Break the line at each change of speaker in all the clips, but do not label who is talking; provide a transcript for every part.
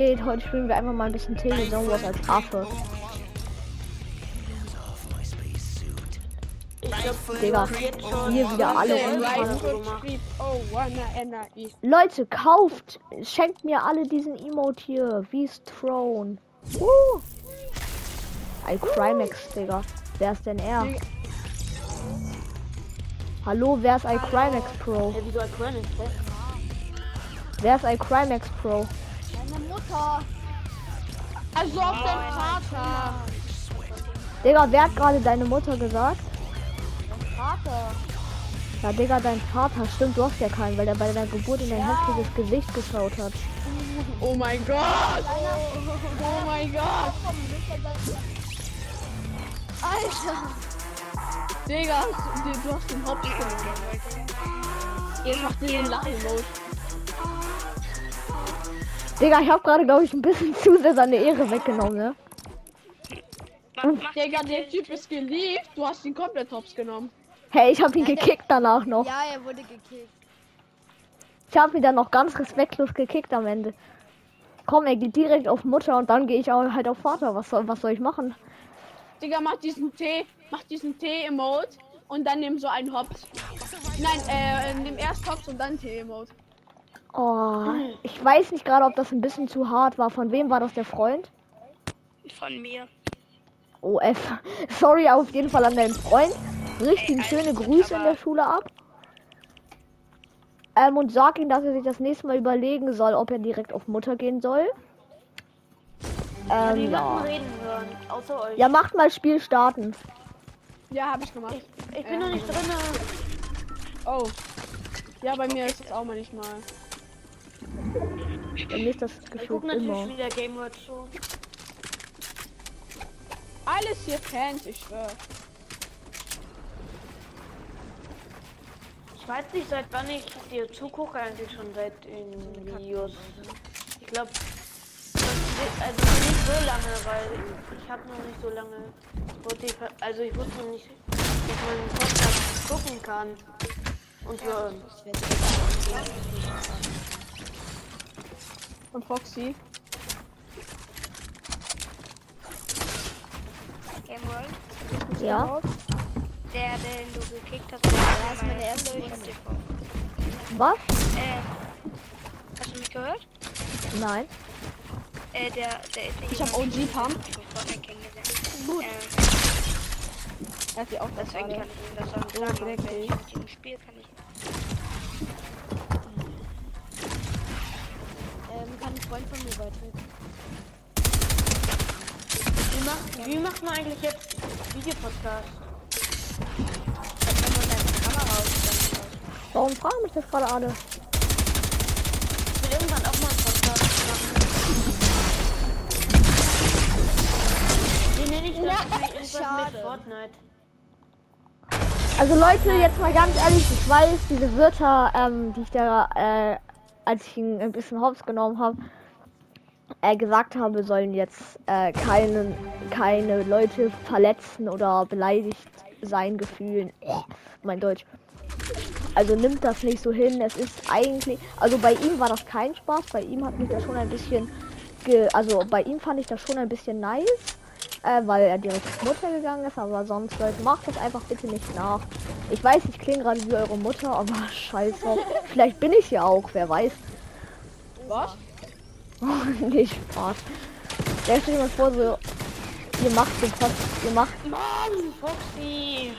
geht. Heute spielen wir einfach mal ein bisschen Telegram Wars als Affe. Digga, hier wieder alle runter.
Oh,
Leute, kauft, schenkt mir alle diesen Emote hier, wie es Throne. Uh. Ein Crimex, Digga. Wer ist denn er? Hallo, wer ist ein Crimex Pro?
Hey, wieso als Chronic? Hä?
Wer ist ein Crimex Pro?
Deine Mutter. Also auf dein Vater.
Digga, wer hat gerade deine Mutter gesagt?
Vater.
Ja, Digga, dein Vater stimmt, du hast ja keinen, weil er bei deiner Geburt in dein hässliches Gesicht geschaut hat.
Oh mein Gott! Oh mein Gott!
Alter.
Digga, hast du, du hast den Hauptkommentar. Jetzt macht ihr den Lach-Emote.
Digga, ich hab gerade, glaube ich, ein bisschen zu sehr seine Ehre weggenommen, ne?
Digga, der Typ ist geliebt. Du hast ihn komplett hops genommen.
Hey, ich hab ihn gekickt danach noch.
Ja, er wurde gekillt.
Ich hab ihn dann noch ganz respektlos gekickt am Ende. Komm, er geht direkt auf Mutter und dann gehe ich auch halt auf Vater. Was soll, was soll ich machen?
Digga, mach diesen T, mach diesen T-Emote und dann nimm so einen Hops. Nein, äh, nimm erst Hops und dann T-Emote.
Oh,
Hm.
ich weiß nicht gerade, ob das ein bisschen zu hart war. Von wem war das der Freund?
Von mir.
OF. Sorry auf jeden Fall an deinen Freund. Richte ihm
Ey,
schöne
alles gut,
Grüße in
aber-
der Schule ab. Ähm, und sag ihm, dass er sich das nächste Mal überlegen soll, ob er direkt auf Mutter gehen soll.
Ich
Ähm, ja.
niemanden reden hören, außer euch.
ja, macht mal Spiel starten.
Ja, hab ich gemacht.
Ich bin noch nicht drinne.
Oh. Ja, bei mir ist es auch manchmal.
Bei mir ist das
Ich guck
gefühlt
natürlich
immer.
wieder Game World zu.
Alles hier Fans, ich schwör.
Ich weiß nicht, seit wann ich dir zugucke, eigentlich schon seit den Videos. Ich glaube, also nicht so lange, weil ich habe noch nicht so lange Spotify. Also ich wusste noch nicht, dass man einen Podcast gucken kann. Und hören.
Von Foxy.
Game World,
Ja.
der, den du gekickt hast, der ist meine erste TV.
Was?
Äh, hast du mich gehört?
Nein.
Äh, der, der ist
Ich hab OG Pump.
schon vorher kennengelernt. Gut.
Er hat die auch das
deswegen
gerade.
kann ich ihm das auch
Ja,
nicht sagen.
direkt, ey.
weil ich Im Spiel kann ich.
Ähm, kann ein Freund von mir beitreten.
Wie macht, wie macht man eigentlich jetzt Videopodcast?
Warum fragen mich das gerade alle?
Ich will irgendwann auch mal einen Podcast machen. Den nenne ich dann irgendwas mit
schade.
Fortnite.
Also Leute, jetzt mal ganz ehrlich, ich weiß, diese Wörter, ähm, die ich da, äh, als ich ihn ein bisschen hops genommen habe, äh, gesagt habe, sollen jetzt äh, keinen, keine Leute verletzen oder beleidigt sein Gefühlen. Oh, mein Deutsch. Also nimmt das nicht so hin. Es ist eigentlich, also bei ihm war das kein Spaß. Bei ihm hat mich das schon ein bisschen, ge, also bei ihm fand ich das schon ein bisschen nice, äh, weil er direkt zur Mutter gegangen ist. Aber sonst Leute, macht das einfach bitte nicht nach. Ich weiß, ich klinge gerade wie eure Mutter, aber scheiße. Vielleicht bin ich ja auch, wer weiß.
Was?
nee, Spaß. Stellt euch mal vor, so, ihr macht so fast, ihr macht,
Mann, Foxy!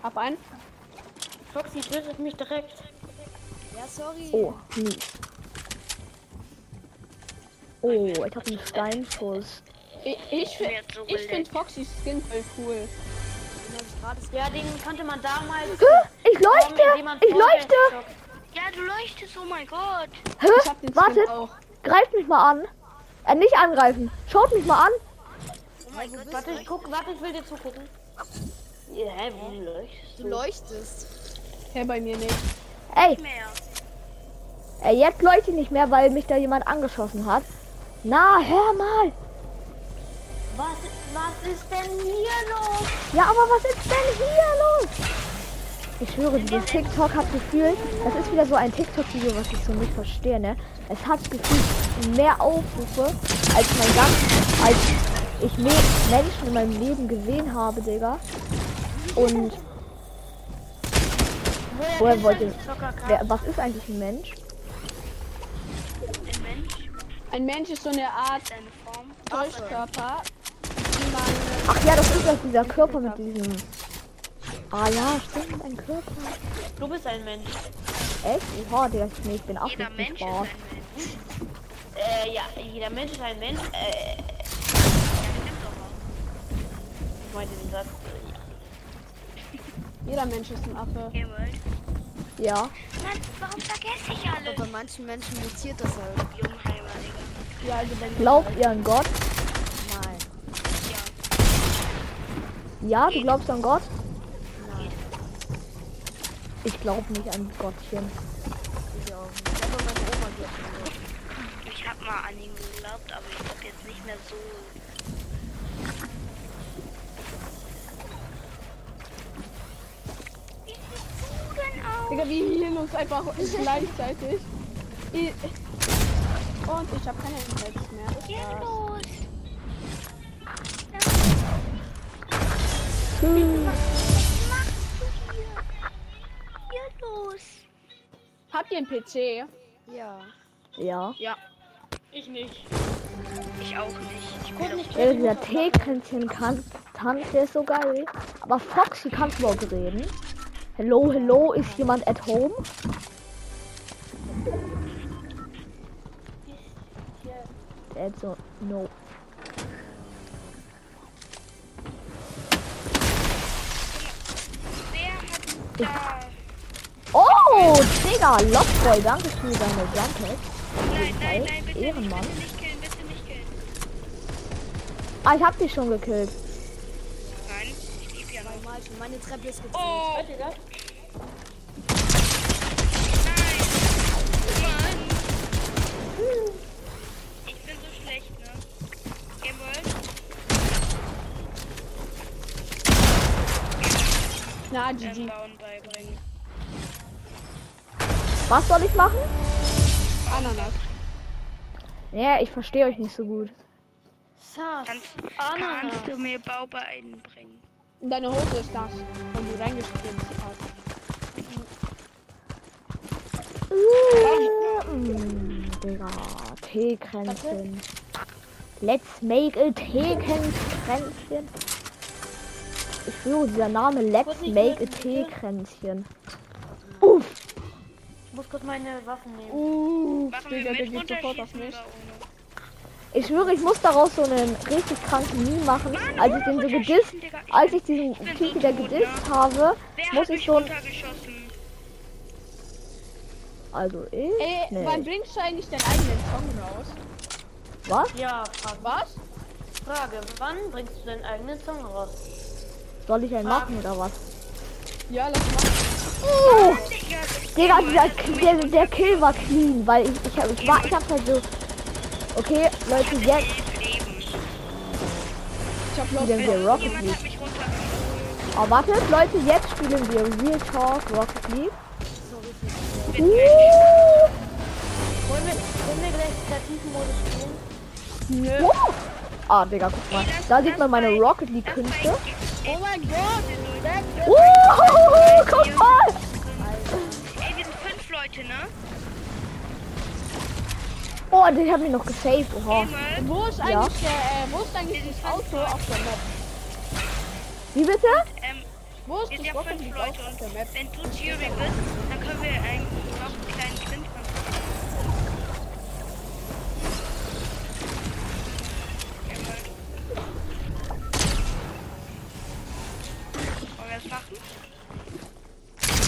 Hab einen.
Foxy tötet mich direkt.
Ja, sorry.
oh, nie. Oh, ich hab einen Steinschuss.
Ich, ich, fi-
Mir hat's so
ich
gelegt.
finde Foxy Skin voll cool.
Ja, den konnte man damals.
Ich leuchte,
bekommen, indem man
ich
Fortnite
leuchte.
zockt.
Ja, du leuchtest, oh mein Gott.
Hä?
Ich hab den Skin
Wartet,
auch.
greift mich mal an. Äh, nicht angreifen. Schaut mich mal an.
Oh mein Gott,
Also, Warte, ich guck, warte, ich will dir zugucken. Ja, hä, warum leuchtest
Du leuchtest.
Hey, bei mir nicht.
Ey,
mehr.
äh, jetzt leuchte ich nicht mehr, weil mich da jemand angeschossen hat. Na, hör mal.
Was, was ist denn hier los?
Ja, aber was ist denn hier los? Ich schwöre, dieses TikTok hat gefühlt, das ist wieder so ein TikTok-Video, was ich so nicht verstehe, ne? Es hat gefühlt mehr Aufrufe, als mein ganz, als ich me Menschen in meinem Leben gesehen habe, Digga. Und woher wollt ihr, wer, was ist eigentlich ein Mensch?
Ein Mensch,
Ein Mensch ist so eine Art
seine Form.
Täuschkörper, die man.
Ach ja, das ist doch dieser Körper mit diesem... Ah ja, stimmt, ein Körper.
Du bist ein Mensch.
Echt? Ja, der ist nicht, ich bin auch
Jeder
nicht
Mensch ist ein
Spaß.
Mensch.
Äh, ja, jeder Mensch ist ein Mensch. Äh, ich meinte den Satz. äh, ja.
Jeder Mensch ist ein Affe.
Ihr wollt.
Ja.
Mann, warum vergesse ich
Aber
alles?
bei manchen Menschen mutiert das halt.
Jungheimer, Digga.
Ja, also wenn
Glaubt ihr an Gott?
Nein.
Ja, du glaubst an Gott? Ich glaube nicht an Gottchen.
Ich auch nicht. Aber meine Oma glaubt an Gott.
Ich hab mal an ihn geglaubt, aber ich glaub jetzt nicht mehr so. Wie siehst du denn aus?
Digga, wir healen uns einfach gleichzeitig. Ich- Und ich habe keine Insights mehr. Das
Hier
war's.
los. Was machst du hier? Hier los.
Habt ihr einen PC?
Ja.
Ja.
Ich nicht.
Ich auch nicht.
ja dieser Teekränzchen kann, Tanz, der ist so geil. Aber Foxy kannst du überhaupt reden. Hello, hello, ist jemand at home? Der hat so, no.
Wer hat da?
Oh, Digga, Lockboy, danke für deine Jumphead.
Nein, nein, nein, bitte nicht,
Ehrenmann.
bitte nicht killen, bitte nicht killen.
Ah, ich hab dich schon gekillt.
Nein, ich lieb ja noch.
Einmal schon. Meine Treppe ist gezogen.
Oh,
Hört ihr das?
Mann. Ich bin so schlecht, ne? Jawohl.
Na,
Dann
GG.
ähm, bauen beibringen.
Was soll ich machen?
Ananas.
Nee, ich verstehe euch nicht so gut.
Sass.
Kannst, kannst du mir Bau beibringen?
Deine Hose ist das, wenn du reingespritzt hast.
Mm, Digga, Teekränzchen. Let's make a Teekränzchen. Ich schwöre, dieser Name Let's make a Teekränzchen. Uff,
Ich muss kurz meine Waffen nehmen.
Uh,
Machen
Digga, der
wir mit
geht sofort auf
runterschießen
mich.
oder ohne?
ich schwöre, ich muss daraus so einen richtig kranken Meme machen. Als ich den so gedisst, als ich diesen Typ wieder gedisst habe,
Wer
muss
hat
ich
mich
schon,
runtergeschossen?
also
Ey,
ich,
wann
nee.
bringst du eigentlich deinen eigenen Song raus?
was?
Ja, Frage.
Was?
Frage. Wann bringst du deinen eigenen Song raus?
Soll ich einen machen oder was?
Ja, lass mal.
Uh,
Digga, ich
Digga, dieser, der, der Kill war clean, weil ich, ich, hab- ich war, ich hab's halt so, okay, Leute, jetzt,
Leben.
Ich hab Lost.
spielen wir Rocket
Jemand
League.
hat mich runtergeschossen.
Aber wartet, Leute, jetzt spielen wir Real Talk Rocket League. Uh,
Wollen wir, wollen wir gleich Kreativmodus spielen?
Nö.
wow. Ah, Digga, guck mal. Da sieht man meine Rocket League Künste.
Oh mein Gott!
Uh, guck mal.
Ey, wir sind fünf Leute, ne?
Oh, den hat mich noch gesaved. Oha.
Emil,
Wo ist
Ja.
eigentlich der, äh, wo ist eigentlich das Auto auf der Map?
Wie bitte?
ähm,
Wo ist
wir
das
sind ja
Rocket
fünf
League
Leute
Auto auf der Map?
und wenn du Jury bist, dann können wir eigentlich noch einen kleinen Grind machen. Emil. Wollen wir das machen?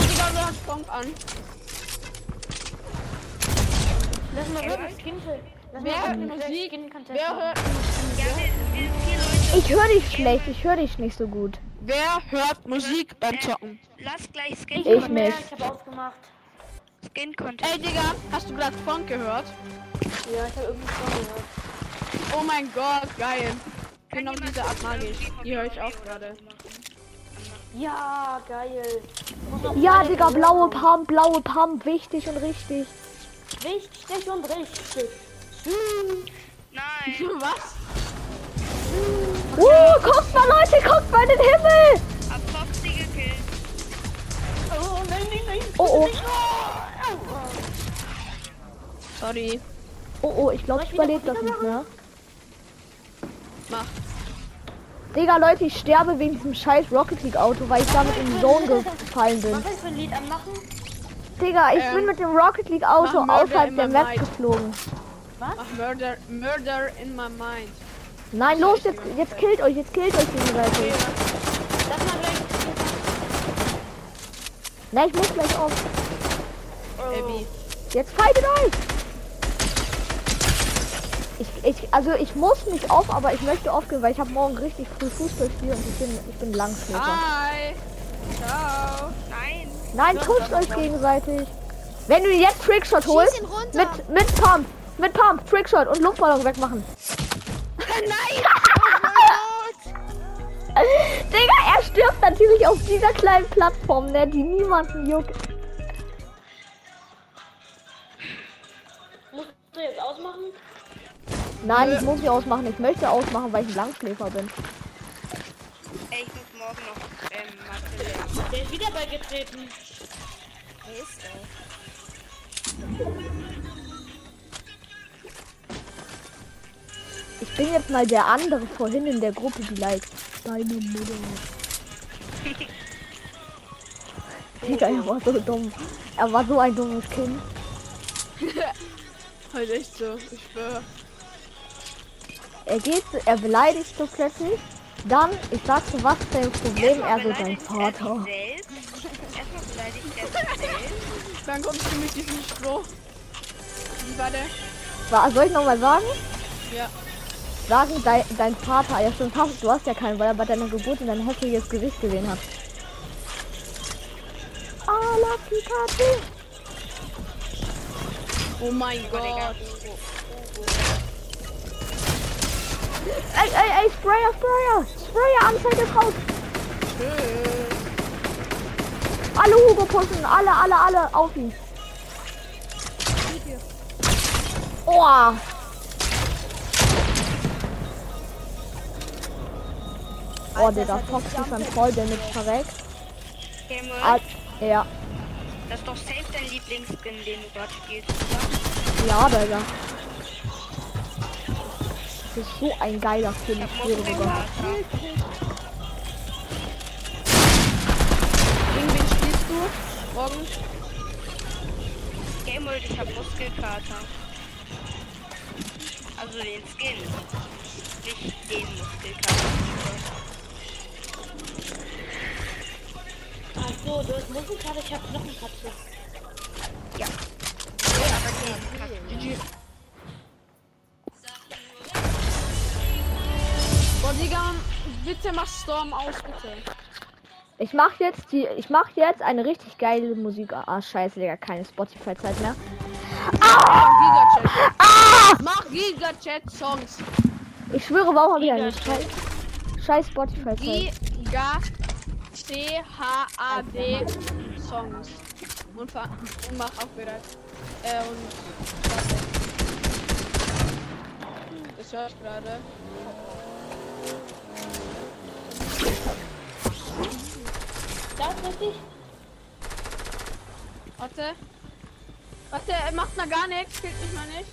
Digga, du hast Song an.
Lass mal wirklich Skin-Contest. Lass
Wer hört
mal wirklich
Musik?
Skin-Contest
Wer
machen.
hört,
Ja, wir, wir sind vier Leute.
Ich höre dich schlecht. Ich höre dich nicht so gut.
wer hört Musik
Äh.
beim Zocken?
Lass gleich
Ich
Skin-Contest.
nicht.
Ja, ich habe ausgemacht.
Skin-Contest.
Ey, Digga, hast du gerade Funk gehört?
Ja, ich habe irgendwie Song gehört.
Oh mein Gott, geil.
Kann
Genau
jemand
diese Art
kurz
mag ich.
irgendwie von
Die höre ich
Melodie
auch
oder
gerade.
so machen? Anmachen.
Ja, geil. Muss noch
Ja,
meine
Digga,
Karte
blaue
kommen.
Pump, blaue Pump, wichtig und richtig.
Richtig und richtig.
Nein.
Was?
Uh, guckt mal, Leute, guckt mal in den Himmel!
Hab Foxy gekillt.
Oh, nein, nein, nein.
Oh, oh,
Sorry.
oh, oh, ich glaube, ich überlebe das nicht mehr.
Mach.
Digga, Leute, ich sterbe wegen diesem scheiß Rocket League Auto, weil ich damit in die Zone gefallen bin.
Was soll ich für ein Lied anmachen?
Digga, ich
Ähm,
bin mit dem Rocket League Auto
mach Murder
außerhalb
in
der
my
Map
mind.
geflogen.
Mach Murder, Murder in my mind.
Nein, los, jetzt, jetzt killt euch, jetzt killt euch gegenseitig.
Lass mal gleich.
Nein, ich muss gleich auf.
Oh.
Abby.
Jetzt fightet euch! Ich, ich, also ich muss nicht auf, aber ich möchte aufgehen, weil ich habe morgen richtig früh Fußballspiel und ich bin, ich bin Langschläfer.
Ah, Hi. Ciao.
Nein.
Nein, pusht euch gegenseitig. Wenn du jetzt Trickshot holst,
ihn runter.
mit, mit Pump, mit Pump, Trickshot und Luftballon wegmachen. Nein! Digga, er stirbt natürlich auf dieser kleinen Plattform, ne, die niemanden juckt.
Musst du jetzt ausmachen?
Nein, ich muss nicht ausmachen. Ich möchte ausmachen, weil ich ein Langschläfer bin.
Ey, ich muss morgen noch ähm, Mathe lernen.
Der ist wieder beigetreten.
Wer ist er?
Ich bin jetzt mal der andere vorhin in der Gruppe, die like deine Mutter. Digga, er war so dumm. Er war so ein dummes Kind.
Halt echt so. Ich schwör.
Er geht, er beleidigt so plötzlich. Dann, ich sag so, was sein Problem, er so sein
beleidigt er
Vater.
sich selbst. Erstmal beleidigt er sich selbst.
Dann kommst du mit diesem Stroh. Wie war der?
Wa- Soll ich nochmal sagen?
Ja.
Sagen, dein, dein Vater, ja stimmt, hast, du hast ja keinen, weil er bei deiner Geburt in dein hässliches Gesicht gesehen hat. Ah, la Pikachu.
Oh mein Gott.
Ey, ey, ey, Sprayer, Sprayer. Sprayer, Anzeige ist raus.
Tschüss.
Alle Hugo pushen, alle, alle, alle, auf ihn. Oh, oh
Alter,
Digga,
das hat
Fox
den
ist dann voll damit verreckt.
Himmel.
Ah, ja,
Das ist doch safe dein Lieblingsskin, den du gerade spielst, oder?
ja, Digga. Das ist so ein geiler Film, ich schwöre
Muskeln,
sogar.
Alter.
Gegen wen spielst du? Morgen?
Game World, ich hab Muskelkater. Also den Skin. Nicht den Muskelkater.
Ach so, du hast Muskelkarte, ich hab Knochenkatze.
Boah, Digga, bitte mach Storm aus, bitte.
Ich mach jetzt die, ich mach jetzt eine richtig geile Musik. Ah, scheiße, Digga, keine Spotify-Zeit mehr.
Ah! Mach Giga-Chat. Mach Giga-Chat-Songs.
Ich schwöre, warum habe ich eine scheiß, scheiß Spotify-Zeit?
Giga-C-H-A-D-Songs. Und, fa- und mach auch bereit. Äh, und. warte. Das hör ich gerade.
Das ist richtig?
Warte. Warte, er macht mal gar nichts. Killt mich mal nicht.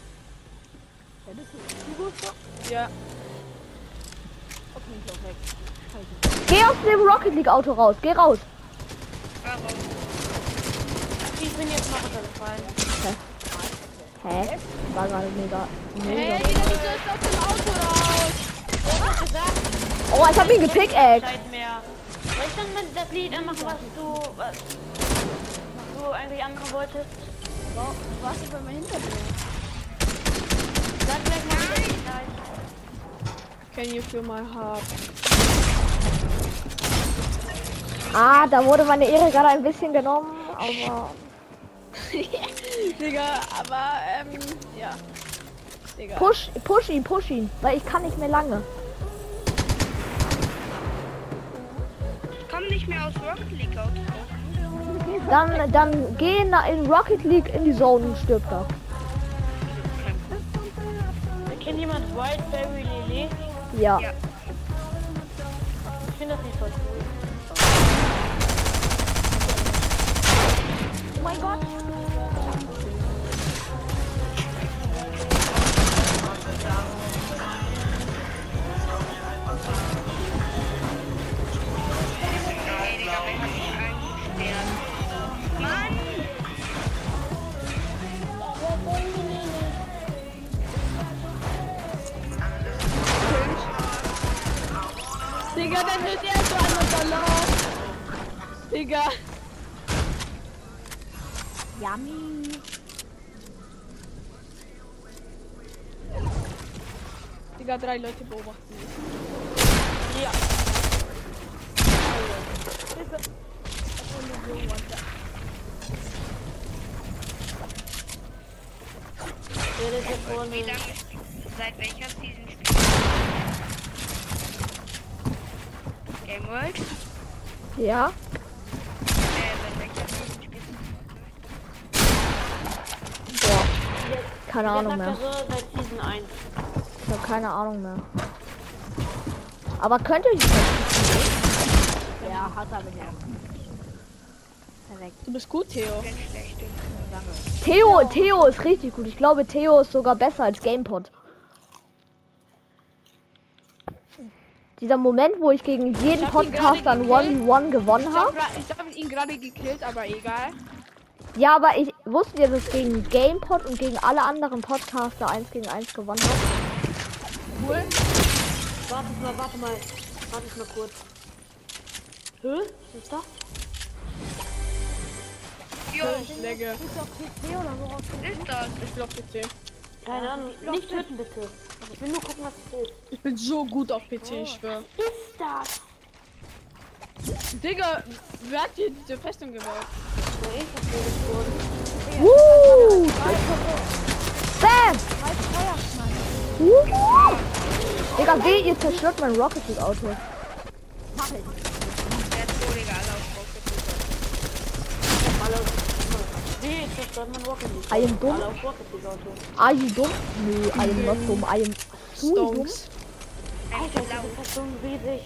Ja.
Geh aus dem Rocket League-Auto raus, geh raus.
Warum?
Ich bin jetzt mal runtergefallen.
Hä? War gerade mega. mega.
Hey, Digga, wieso ist aus dem Auto raus?
Oh, ich hab ihn gepickaxed.
Zeit mehr. Soll ich dann mal das Lied anmachen, was du, was, was du eigentlich anmachen wolltest?
Wow, du warst aber mal hinter mir.
Sag gleich mal, wie das Lied heißt.
Can you feel my heart?
Ah, da wurde meine Ehre gerade ein bisschen genommen, aber.
Digga, aber ähm, ja. Digga.
Push, push ihn, push ihn, weil ich kann nicht mehr lange.
Komm nicht ich mir aus Rocket League aus.
Dann, dann geh in, in Rocket League in die Zone und stirb da.
Kennt jemand Wildberry Lily?
Ja.
Ja.
Ich finde das nicht so cool.
Oh mein Gott.
Ey, Digga, wenn ich einen Stern. Mann!
Digga, dann ist er so eine Ballon. Digga.
Yummy.
Digga, drei Leute beobachten mich.
Ja, das ist wohl
Wie
nicht.
lange? Seit welcher Season spielst du? Game World? Äh,
Ja.
seit welcher Season spielst du?
Keine
Der
Ahnung
sagt ja
mehr.
so seit Season 1.
Ich habe keine Ahnung mehr. Aber könnte ich.
Ja, hat er bemerkt. Perfekt.
Du bist gut, Theo.
Wenn schlecht ist.
Theo, Theo ist richtig gut. Ich glaube, Theo ist sogar besser als GamePod. Dieser Moment, wo ich gegen jeden
hab ihn gerade
Podcast an
gekillt.
1v1 gewonnen
Ich
habe.
hab, gra- ich hab ihn gerade gekillt, aber egal.
Ja, aber ich wusste ja, dass ich gegen GamePod und gegen alle anderen Podcaster 1 gegen 1 gewonnen habe.
Cool.
Warte mal, warte mal. Warte mal kurz. Hä? Was ist das?
Jo,
Schläge.
ist das?
Ich bin auf PC.
Keine Ahnung. Nicht töten bitte. Ich will nur gucken, was es ist.
Ich bin so gut auf PC, ich schwör.
Ist das?
Digga, wer hat hier diese Festung gebaut?
Na, ich hab wohl gefunden.
Woo! Bam! Wuhu! Digga, weh, ihr zerstört mein Rocket League Auto.
Der ist so legal auf Rocket League.
Alle auf. Nee, ich verstand man Rocket
I
League.
am dumm.
Alle auf Rocket League Auto.
Are you dumb? Nee, I am not dumb. I am too dumm.
Stonks.
I'm
Alter, das
slow.
ist halt so riesig.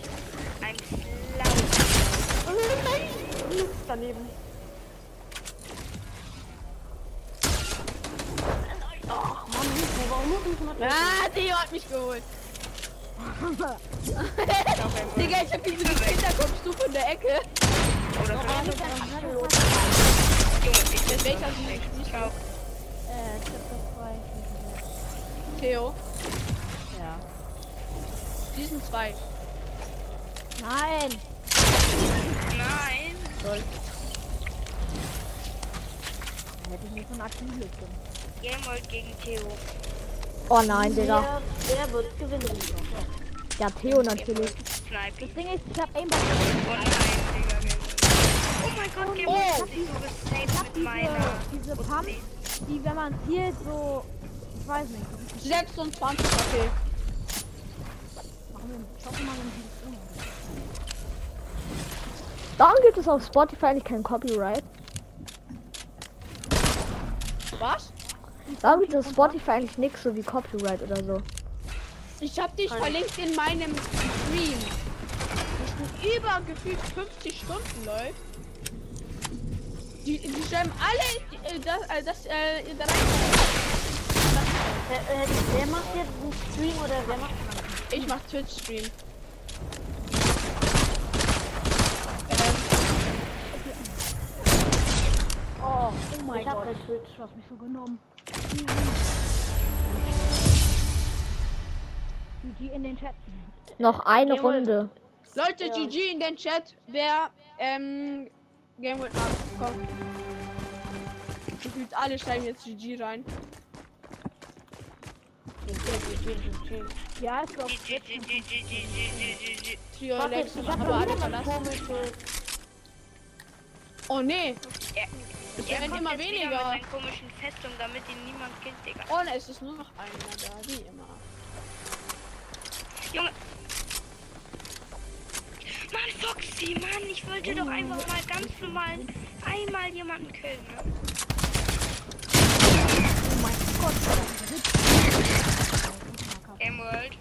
I'm slow.
Daneben. Ach Mann, Nico, warum muss ich mal...
Ah, Theo hat mich geholt. Digga, ich hab ihn so gekillt, da kommst du von der Ecke.
Oder so.
Mit welcher Sieg?
Ich glaub,
Äh, Tipp
Theo.
Ja.
Diesen zwei.
Nein.
nein.
Hätte ich nicht so aktiv gestimmt.
Game World gegen Theo.
Oh nein, Digga.
Wer, wer wird gewinnen?
Ja, Theo natürlich.
Snipe.
Das Ding ist, ich hab Aimbot.
Oh nein, Digga, Game World. Oh mein Gott, Game World hat sich so gesaved mit meiner.
diese, diese Pump, die, wenn man zielt, so. Ich weiß nicht.
26, okay.
Machen wir einen Shop mal einen
Warum gibt es auf Spotify eigentlich kein Copyright?
Was?
Warum gibt es auf Spotify eigentlich nichts so wie Copyright oder so?
Ich hab dich verlinkt in meinem Stream. Das über gefühlt 50 Stunden läuft. Die, die schreiben alle, äh, das, äh, das, äh, da rein.
Wer, äh, wer macht jetzt einen Stream oder wer macht
Ich mach Twitch-Stream.
Oh
ich hab halt- bei Twitch.
Du hast mich so genommen. Die in den Chat.
Noch eine
Jawohl.
Runde.
Leute, GG in den Chat, wer, ähm, Game World macht. Komm. Gefühlt alle schreiben jetzt GG rein.
Ja, ist doch.
Trio,
Warte,
Lex und
ich hab
Abba
mal
hat
wieder was
verlassen.
komisches.
Oh nee, es
Er
werden
kommt
immer
jetzt wieder mit
weniger.
seinen komischen Festung, damit ihn niemand kennt, Digga.
Oh ne, es ist nur noch einer da, wie immer.
Junge! Mann, Fox! Wie Mann, ich wollte doch einfach mal ganz normal einmal jemanden killen. Ne? Emerald.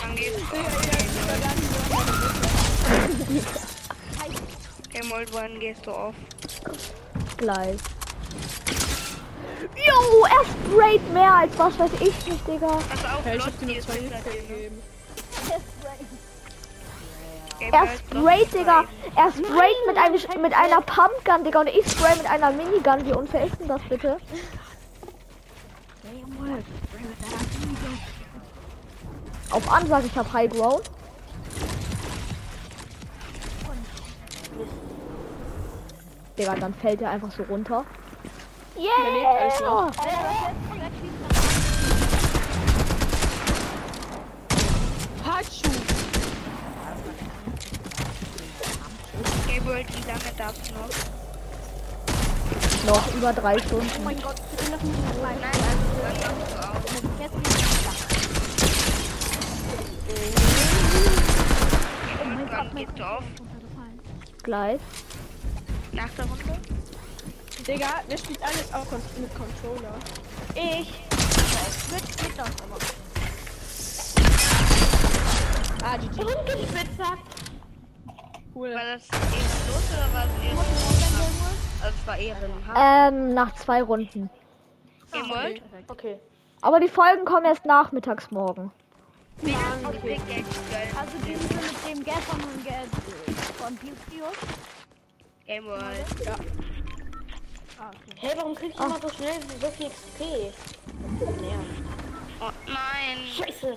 Dann geht's Emerald, wann gehst du auf?
gleich. Jo, er sprayt mehr als was weiß ich nicht, Digga.
Pass auf,
Ja, ich hab
Lotzi
dir nur
ist
zwei
hinter
Hits
dir, ne?
gegeben.
Er
Emerald,
sprayt,
Lotzi
Digga.
ist
Er sprayt mit, einem, mit einer Pumpgun, Digga. Und ich spray mit einer Minigun. Wie unfair ist denn das bitte? Auf Ansage, ich hab High Ground. Digga, dann fällt er einfach so runter. Yeah!
Pachu.
bei- Emerald, wie lange darfst du noch?
Noch über drei Stunden.
Emerald, wann gehst du auf?
Gleich.
Nach der Runde?
Digga, der spielt alles auch kon- mit Controller.
Ich.
Ah, die Team.
War
Cool.
das eben los oder war es ehrenlos? Also es war ehrenhaft.
Ähm, nach zwei Runden.
Emerald,
Okay.
Aber die Folgen kommen erst nachmittags morgen.
wie lange ist Big Daddy geil?
Also die sind mit dem Geld von dem Geld von Pio.
Emerald.
Hey, warum kriegst du immer so schnell so viel XP?
Oh nein.
Scheiße.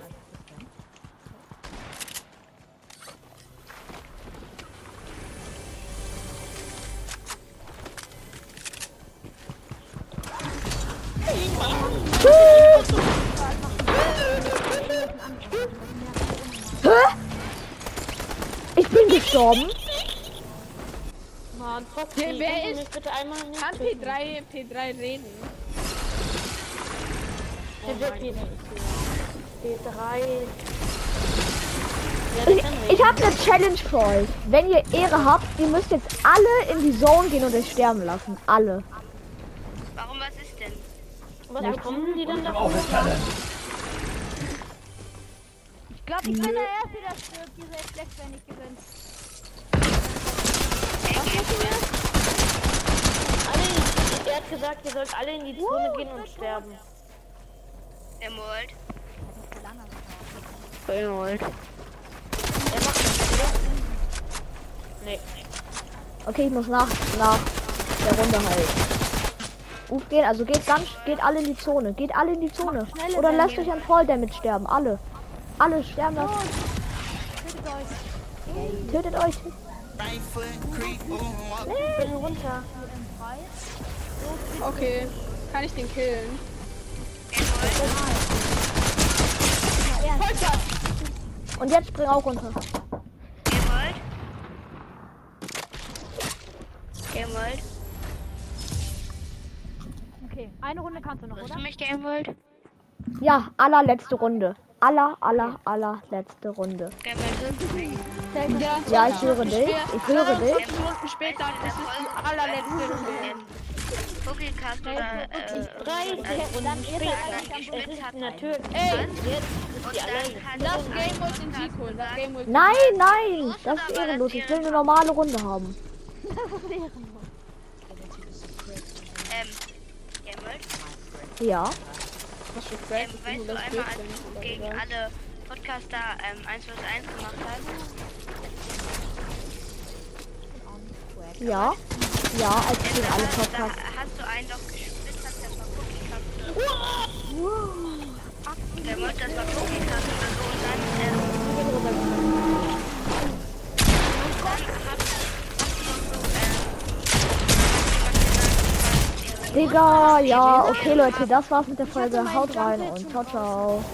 Hä? Ich bin gestorben.
Mann, fuck.
Hey,
die,
wer
kannst du
ist-
mich bitte einmal nicht
Kann
töten?
P3, P3 reden?
Der wird hier nicht. P3.
Ich, ich habe eine Challenge für euch. Wenn ihr Ehre habt, ihr müsst jetzt alle in die Zone gehen und euch sterben lassen. Alle.
Warum, was ist denn?
Was bekommen die denn da?
Ich glaube, ich bin der Erste, der stirbt. Dieser Reflex, wenn ich gewinne.
Alle, in- er hat gesagt, ihr sollt alle in die Zone gehen und sterben.
Emerald.
Okay, ich muss nach, nach der Runde halt. Uf, gehen, also geht ganz, geht alle in die Zone. Geht alle in die Zone. Oder lasst euch an Fall Damage sterben. Alle. Alle sterben lassen. Tötet euch.
Ich bin runter.
Okay. Kann ich den killen?
Und jetzt spring auch runter.
Emerald. Emerald.
Okay, eine Runde kannst du noch,
Hörst
oder?
du mich, Emerald?
Ja, allerletzte Runde. Aller, aller, allerletzte Runde.
Emerald, hörst du mich?
Ja, ich höre dich. Ich höre dich.
10 Minuten später ist es die allerletzte Runde.
Vogelcast oder äh,
Drei Runden später. Es ist natürlich. Ey, jetzt ist
äh,
die alleine.
Das Game muss den Sieg holen. Das Game muss
Nein, nein. Das ist ehrenlos. Ich will eine normale Runde haben.
ähm, Emerald?
Ja.
was für
Ähm,
Crack ist.
weißt
nur
du
das
einmal,
Blödsinn,
als du
oder
gegen
so.
alle Podcaster ähm, 1 vs 1 gemacht hast?
Ja. Ja, als ich
Da,
den alle
da
Podcasts.
hast du einen doch gesplittert, das war Cookie-Kampf. Emerald, das war Cookie-Kampf oder so und dann, ähm, ähm,
Digga, ja, okay Leute, das war's mit der Folge. Haut rein und ciao, ciao.